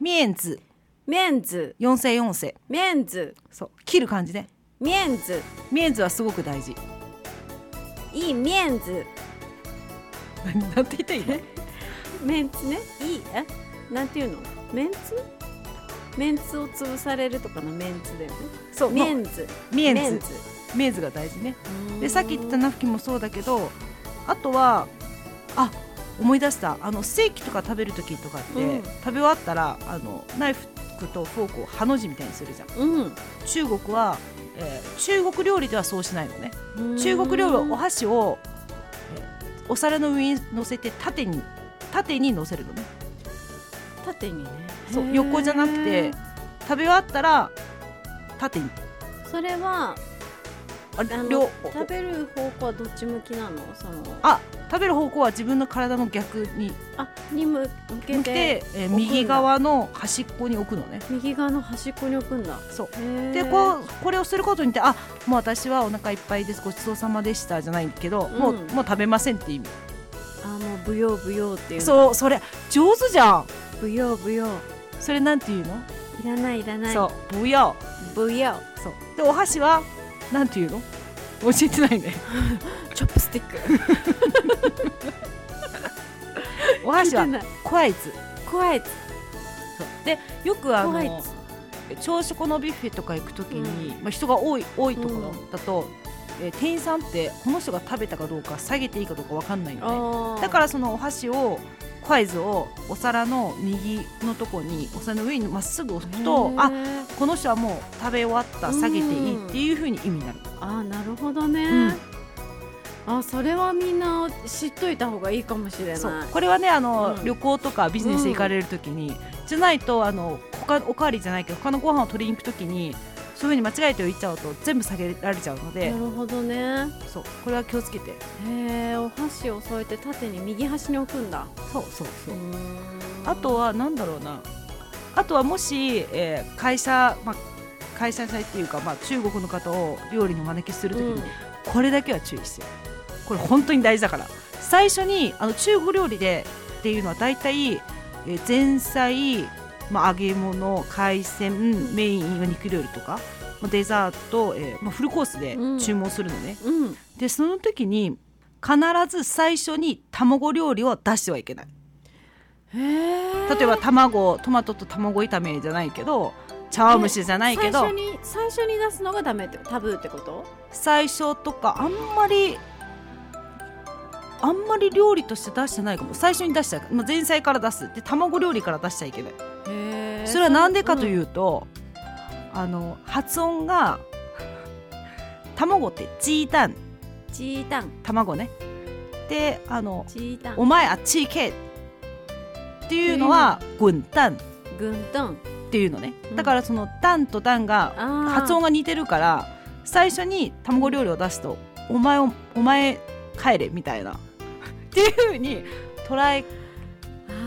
Speaker 4: ミエンツ
Speaker 5: メンズ
Speaker 4: 四世四世
Speaker 5: メンズ
Speaker 4: そう切る感じね
Speaker 5: 面子
Speaker 4: ミエンズはすごく大事。
Speaker 5: いい面子
Speaker 4: なんて言ったらいいの
Speaker 5: メンツねいいえなんていうのメンツメンツを潰されるとかのメンツだよね
Speaker 4: そう、ミ
Speaker 5: メンズ
Speaker 4: エンズ、ミエンズが大事ね。でさっき言ってたナフキンもそうだけどあとはあ思い出したあのステーキとか食べる時とかって、
Speaker 5: うん
Speaker 4: 食べ終わったらあのナイフとフォークをハの字みたいにするじゃん
Speaker 5: うん
Speaker 4: 中国は、えー中国料理ではそうしないのね中国料理はお箸をえーお皿の上に乗せて縦に縦に乗せるのね
Speaker 5: 縦にね
Speaker 4: そう横じゃなくて
Speaker 5: へー
Speaker 4: 食べ終わったら縦に
Speaker 5: それは
Speaker 4: あ
Speaker 5: あ
Speaker 4: れ
Speaker 5: の
Speaker 4: 両
Speaker 5: 食べる方向はどっち向きなのその
Speaker 4: あ食べる方向は自分の体の逆に
Speaker 5: あに向け
Speaker 4: 向け
Speaker 5: て
Speaker 4: て、えー右側の端っこに置くのね
Speaker 5: 右側の端っこに置くんだ
Speaker 4: そう
Speaker 5: へー
Speaker 4: でこうこれをすることによってあもう私はお腹いっぱいですごちそうさまでしたじゃないけど、
Speaker 5: ん
Speaker 4: もうもう食べませんって意味
Speaker 5: あもう舞踊舞踊っていうう
Speaker 4: そうそれ上手じゃん
Speaker 5: 舞踊舞踊
Speaker 4: それなんていうの、
Speaker 5: いらないいらない
Speaker 4: そう不要
Speaker 5: 舞踊
Speaker 4: そうでお箸はなんていうの教えてないね
Speaker 5: チョップスティック
Speaker 4: お箸は
Speaker 5: 聞いてない
Speaker 4: 怖いつ
Speaker 5: 怖い
Speaker 4: でよくあ
Speaker 5: 怖い
Speaker 4: の朝食のビュッフェとか行くときに、まあ、人が多い多いところだと、えー店員さんってこの人が食べたかどうか下げていいかどうかわかんないよねだかららそのお箸をクイズをお皿の右のとこにお皿の上にまっすぐ置くとあこの人はもう食べ終わった下げていいっていうふうに意味になる
Speaker 5: あなるほどね、あそれはみんな知っといた方がいいかもしれ
Speaker 4: そう
Speaker 5: ない
Speaker 4: これはねあの、
Speaker 5: うん
Speaker 4: 旅行とかビジネスで行かれるときに、じゃないとあの他おかわりじゃないけど他のご飯を取りに行くときにそういうふうに間違えて言っちゃうと全部下げられちゃうので
Speaker 5: なるほどね
Speaker 4: そうこれは気をつけて
Speaker 5: へえお箸を添えて縦に右端に置くんだ
Speaker 4: そうそうそうう
Speaker 5: ーん
Speaker 4: あとはなんだろうなあとはもし、えー会社、まあ、会社祭っていうか、まあ、中国の方を料理にお招きするときに、
Speaker 5: うん
Speaker 4: これだけは注意してこれ本当に大事だから最初にあの中国料理でっていうのは大体、えー前菜、まあ、揚げ物海鮮メインは肉料理とか、まあ、デザート、えーまあ、フルコースで注文するのね、
Speaker 5: うん
Speaker 4: でその時に必ず最初に卵料理を出してはいけない
Speaker 5: へえ
Speaker 4: 例えば卵トマトと卵炒めじゃないけど茶碗蒸しじゃないけど
Speaker 5: 最初に最初に出すのがダメってタブーってこと
Speaker 4: 最初とかあんまりあんまり料理として出してないかも最初に出しちゃう、まあ、前菜から出すで卵料理から出しちゃいけない
Speaker 5: へえ
Speaker 4: それはなんでかというと、あの発音が卵って「チータン
Speaker 5: チータン」
Speaker 4: 卵ねであの
Speaker 5: チータ
Speaker 4: 「
Speaker 5: ン
Speaker 4: お前あっち行け」っていうのは「グンタン」っ
Speaker 5: グントン
Speaker 4: ていうのね
Speaker 5: うん
Speaker 4: だからその「タン」と「タン」が発音
Speaker 5: が
Speaker 4: が似てるから最初に卵料理を出すと「お前をお前帰れ」みたいなっていう風に捉え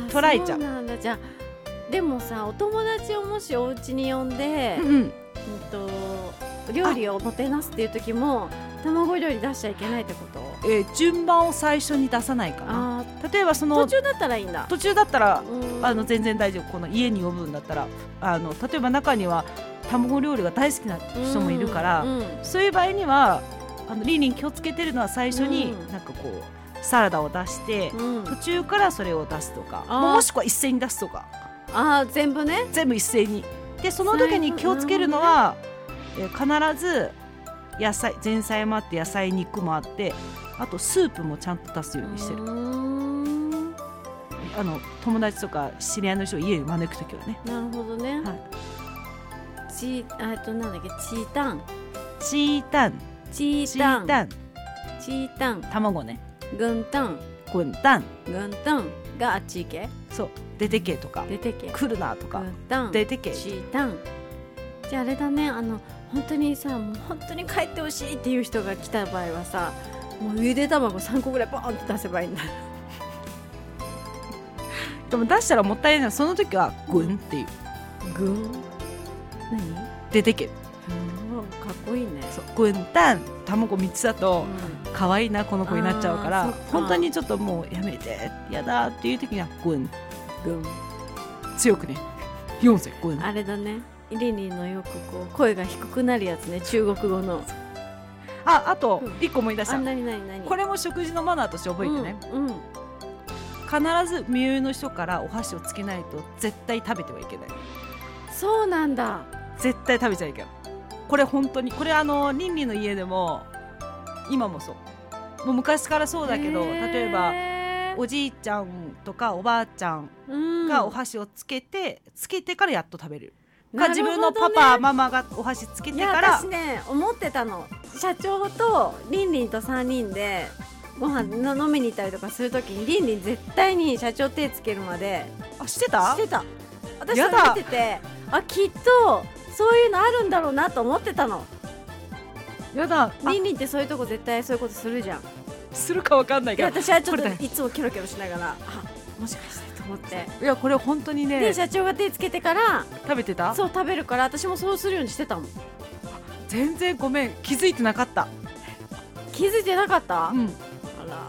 Speaker 4: 捉えちゃう
Speaker 5: なんだじゃあでもさお友達をもしお家に呼んで、うん
Speaker 4: うん
Speaker 5: と料理をもてなすっていう時も卵料理出しちゃいけないってこと
Speaker 4: えー順番を最初に出さないかな
Speaker 5: あ
Speaker 4: 例えばそ
Speaker 5: ー
Speaker 4: の
Speaker 5: 途
Speaker 4: 途中
Speaker 5: 中だったらいいんだ
Speaker 4: だったら
Speaker 5: うん
Speaker 4: あの全然大丈夫この家に呼ぶんだったらあの例えば中には卵料理が大好きな人もいるから、
Speaker 5: うんうん
Speaker 4: そういう場合にはあのリーリン気をつけてるのは最初に
Speaker 5: うん
Speaker 4: なんかこうサラダを出して、
Speaker 5: うん
Speaker 4: 途中からそれを出すとか
Speaker 5: あー
Speaker 4: もしくは一斉に出すとか。
Speaker 5: あー全部ね
Speaker 4: 全部一斉にでその時に気をつけるのは、えー必ず野菜前菜もあって野菜肉もあってあとスープもちゃんと出すようにしてる、
Speaker 5: うーん
Speaker 4: あの友達とか知り合いの人を家に招く時はね
Speaker 5: なるほどね、
Speaker 4: は
Speaker 5: チーあえっとなんだっけチータン
Speaker 4: チータン
Speaker 5: チ
Speaker 4: チ
Speaker 5: ータ
Speaker 4: ー
Speaker 5: ン
Speaker 4: タン
Speaker 5: チータン
Speaker 4: 卵ね
Speaker 5: グンタン
Speaker 4: グンタン
Speaker 5: グンタンがあっち行け
Speaker 4: そう出てけとか
Speaker 5: 出てけグ
Speaker 4: 来るなとか
Speaker 5: ンタン
Speaker 4: 出てけ
Speaker 5: チータンじゃああれだねあの本当にさもう本当に帰ってほしいっていう人が来た場合はさもうゆで卵3個ぐらいポンって出せばいいんだ
Speaker 4: でも出したらもったいないのはその時はグンっていう
Speaker 5: グン何
Speaker 4: 出てけ
Speaker 5: うんかっこいいね
Speaker 4: そうグンタン卵3つだと、
Speaker 5: うん
Speaker 4: 可愛いなこの子になっちゃうから
Speaker 5: あーそっか
Speaker 4: 本当にちょっともうやめてやだっていう時には「グン
Speaker 5: グン
Speaker 4: 強くね」「ヨンセグン
Speaker 5: あれだねリリーのよくこう声が低くなるやつね中国語の
Speaker 7: ああと
Speaker 5: うん
Speaker 7: 一個思い出し
Speaker 5: あ
Speaker 7: た
Speaker 5: んなになになに
Speaker 7: これも食事のマナーとして覚えてね、
Speaker 5: うんうん
Speaker 7: 必ず身上の人からお箸をつけないと絶対食べてはいけない
Speaker 5: そうなんだ
Speaker 7: 絶対食べちゃいけないこれ本当にこれあのリンリンの家でも今もそうもう昔からそうだけど例えばおじいちゃんとかおばあちゃん
Speaker 5: ば
Speaker 7: がお箸をつけて、つけてからやっと食べる
Speaker 5: な
Speaker 7: か
Speaker 5: るほ
Speaker 7: 自
Speaker 5: ど
Speaker 7: 分の
Speaker 5: ね
Speaker 7: パパ、ママがお箸つけ
Speaker 5: い
Speaker 7: て
Speaker 5: や
Speaker 7: から
Speaker 5: 私ね思ってたの社長とリンリンと3人でご飯の飲みに行ったりとかするときにリンリン絶対に社長手つけるまで
Speaker 7: あしてた
Speaker 5: してた私
Speaker 7: や
Speaker 5: そ
Speaker 7: だ
Speaker 5: れ見ててあきっとそういうのあるんだろうなと思ってたの
Speaker 7: やだあ
Speaker 5: リンリンってそういうとこ絶対そういうことするじゃん
Speaker 7: するかわかんない
Speaker 5: で
Speaker 7: けど
Speaker 5: 私はちょっ
Speaker 7: これだ
Speaker 5: といつもキョロキョロしながらあもしかしてと思って
Speaker 7: いやこれ本当にね
Speaker 5: で社長が手つけてから
Speaker 7: 食べてた
Speaker 5: そう食べるから私もそうするようにしてたもん
Speaker 7: 全然ごめん気づいてなかった、
Speaker 5: 気づいてなかった、
Speaker 7: うん、
Speaker 5: あら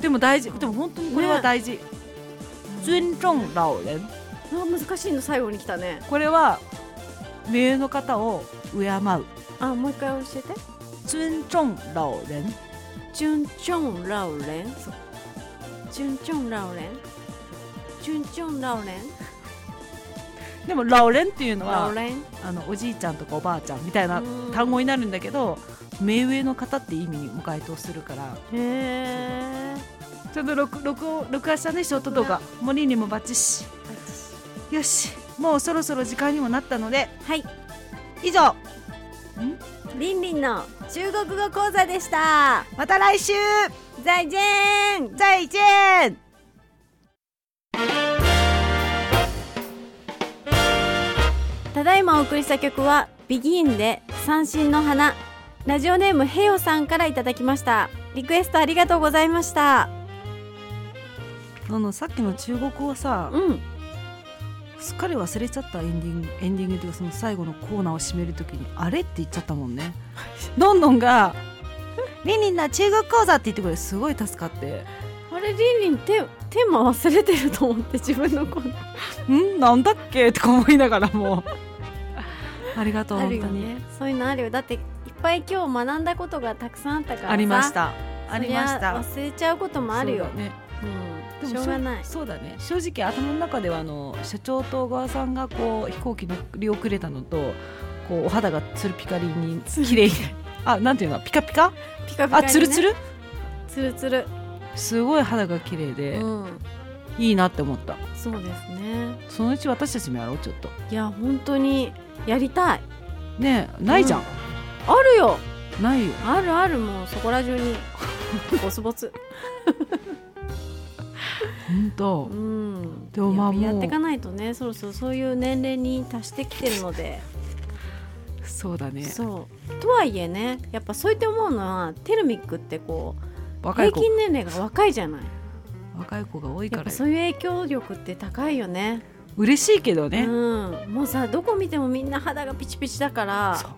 Speaker 7: でも大事でも本当にこれは大事、尊重老人
Speaker 5: あ難しいの最後に来たね
Speaker 7: これは目上の方を敬う
Speaker 5: あもう一回教えて
Speaker 7: 尊重老人
Speaker 5: チュンチョンラオレンチュンチョンラオレンチュンチョンラオレン
Speaker 7: でも老人っていうの
Speaker 5: ラオ
Speaker 7: は
Speaker 5: レン
Speaker 7: あのおじいちゃんとかおばあちゃんみたいな
Speaker 5: うん
Speaker 7: 単語になるんだけど目上の方って意味にも該当するから
Speaker 5: へえ
Speaker 7: ちょっと録録音録画したねショート動画森にもバッチしよしもうそろそろ時間にもなったので
Speaker 5: はい
Speaker 7: 以上
Speaker 5: リンリンの中国語講座でした
Speaker 7: また来週
Speaker 5: 再见
Speaker 7: 再见
Speaker 5: ただいまお送りした曲は「ビギンで三振の花ラジオネームヘヨさんからいただきましたリクエストありがとうございました
Speaker 4: あのさっきの中国語はさ
Speaker 5: うん
Speaker 4: すっかり忘れちゃったエンディングエンディングというかその最後のコーナーを締めるときにあれって言っちゃったも んねどんどんが「リンリンな中国講座」って言ってくれてすごい助かって
Speaker 5: あれリンリンテテーマ忘れてると思って自分のこと
Speaker 4: 「んなんだっけ?」とか思いながら もうありがとう
Speaker 5: あ
Speaker 4: 本
Speaker 5: る
Speaker 4: 当
Speaker 5: よ
Speaker 4: に
Speaker 5: ねそういうのあるよだっていっぱい今日学んだことがたくさんあったからさ
Speaker 4: ありましたありまし
Speaker 5: そりゃ
Speaker 4: た
Speaker 5: 忘れちゃうこともある
Speaker 4: そ
Speaker 5: よ
Speaker 4: うだね
Speaker 5: う
Speaker 4: で
Speaker 5: ん、
Speaker 4: も
Speaker 5: しょうがない
Speaker 4: そうだね正直頭の中ではあの社長と小川さんがこう飛行機乗り遅れたのとこうお肌がつるピカリに綺麗にあなんていうのピカピカ
Speaker 5: ピカピカ
Speaker 4: あ
Speaker 5: にね
Speaker 4: つるつる
Speaker 5: つるつる
Speaker 4: すごい肌が綺麗で、
Speaker 5: うん
Speaker 4: いいなって思った
Speaker 5: そうですね
Speaker 4: そのうち私たちもやろうちょっと
Speaker 5: いや本当にやりたい
Speaker 4: ねえないじゃん、
Speaker 5: あるよ
Speaker 4: ないよ
Speaker 5: あるあるもうそこら中 にボスボツ
Speaker 4: ほんと
Speaker 5: うん
Speaker 4: でもまあ
Speaker 5: やっ
Speaker 4: も
Speaker 5: ぱ
Speaker 4: う
Speaker 5: やっていかないとねそろそろそういう年齢に達してきてるので
Speaker 4: そうだね
Speaker 5: そうとはいえねやっぱそう言って思うのはテルミックってこう
Speaker 4: 若い
Speaker 5: 平
Speaker 4: 子
Speaker 5: 均年齢が若いじゃない
Speaker 4: 若い子が多い
Speaker 5: や
Speaker 4: か
Speaker 5: っ
Speaker 4: ら
Speaker 5: ぱ
Speaker 4: よ
Speaker 5: そういう影響力って高いよね
Speaker 4: 嬉しいけどね、
Speaker 5: うん、もうさどこ見てもみんな肌がピチピチだから
Speaker 4: そう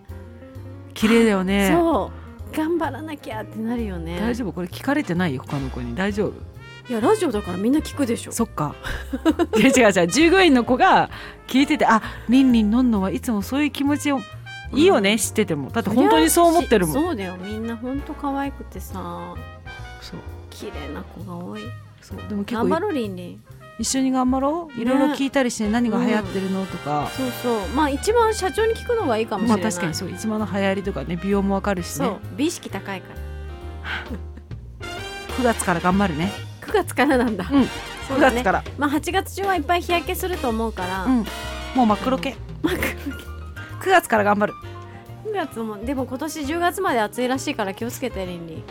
Speaker 4: 綺麗だよね
Speaker 5: そう頑張らなきゃってなるよね
Speaker 4: 大丈夫これ聞かれてないよ他の子に大丈夫
Speaker 5: いやラジオだからみんな聞くでしょ
Speaker 4: そっか いや違う違う従業員の子が聞いててありんりんのんのんはいつもそういう気持ちをいいよね、知っててもだって本当にそう思ってるもん
Speaker 5: そうだよみんな本当可愛くてさ
Speaker 4: そう
Speaker 5: 綺麗な子が多い
Speaker 4: そうでも結
Speaker 5: 頑張
Speaker 4: 構
Speaker 5: ろうリンリン
Speaker 4: 一緒に頑張ろう
Speaker 5: ね
Speaker 4: いろいろ聞いたりして何が流行ってるのとか、
Speaker 5: そうそうまあ一番社長に聞くのがいいかもし
Speaker 4: ま
Speaker 5: れ
Speaker 4: あ
Speaker 5: ない、
Speaker 4: 確かにそう一番の流行りとかね美容もわかるし
Speaker 5: そ
Speaker 4: ね
Speaker 5: う美意識高いから
Speaker 4: 9月から頑張るね
Speaker 5: 9月からなんだ、
Speaker 4: うん
Speaker 5: そ
Speaker 4: 9
Speaker 5: うだね
Speaker 4: 月から
Speaker 5: まあ8月中はいっぱい日焼けすると思うから、
Speaker 4: うんもう真っ黒系
Speaker 5: まあ
Speaker 4: 9月から頑張る
Speaker 5: 9月もでも今年10月まで暑いらしいから気をつけてリンリン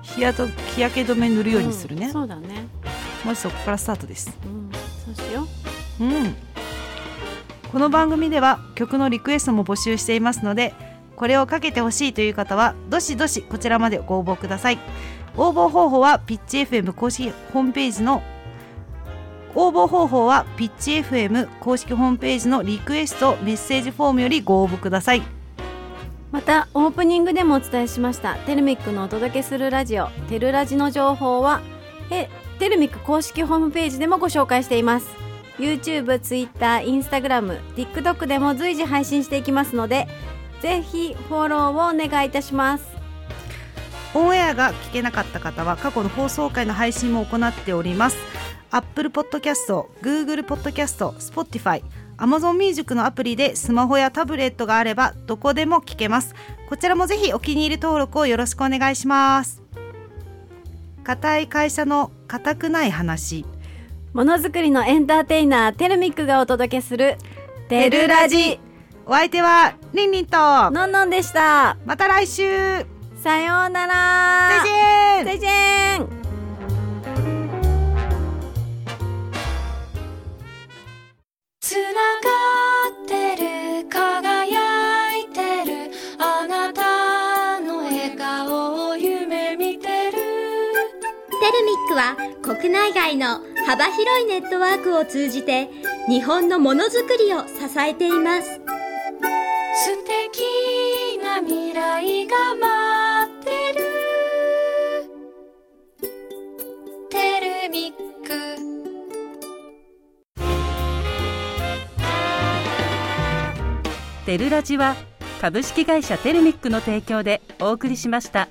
Speaker 4: 日焼け日焼け止め塗るようにするね、
Speaker 5: んそうだね
Speaker 4: まずそこからスタートです
Speaker 5: うんそうしよ
Speaker 4: うん
Speaker 7: この番組では曲のリクエストも募集していますのでこれをかけてほしいという方はどしどしこちらまでご応募ください応募方法はピッチ FM 公式ホームページの応募方法はピッチ FM 公式ホームページのリクエストメッセージフォームよりご応募くださいう
Speaker 5: またオープニングでもお伝えしましたテルミックのお届けするラジオテルラジの情報はえテルミック公式ホームページでもご紹介しています YouTube、Twitter、Instagram、TikTok でも随時配信していきますのでぜひフォローをお願いいたします
Speaker 4: オンエアが聞けなかった方は過去の放送回の配信も行っております Apple Podcast、Google Podcast、Spotify、Amazon Music のアプリでスマホやタブレットがあればどこでも聞けますこちらもぜひお気に入り登録をよろしくお願いします固い会社の固くない話
Speaker 5: ものづくりのエンターテイナーテルミックがお届けする「テルラジ
Speaker 4: お相手はりんりんと」ま
Speaker 5: のんのんでした
Speaker 4: た来週再
Speaker 5: さようなら
Speaker 4: 見
Speaker 5: 再见
Speaker 2: つながってる輝いてるあなたの笑顔を夢見てる
Speaker 3: テルミックは国内外の幅広いネットワークを通じて日本のものづくりを支えています
Speaker 2: 素敵な未来が待ってるテルミック
Speaker 1: テルラジは株式会社テルミックの提供でお送りしました。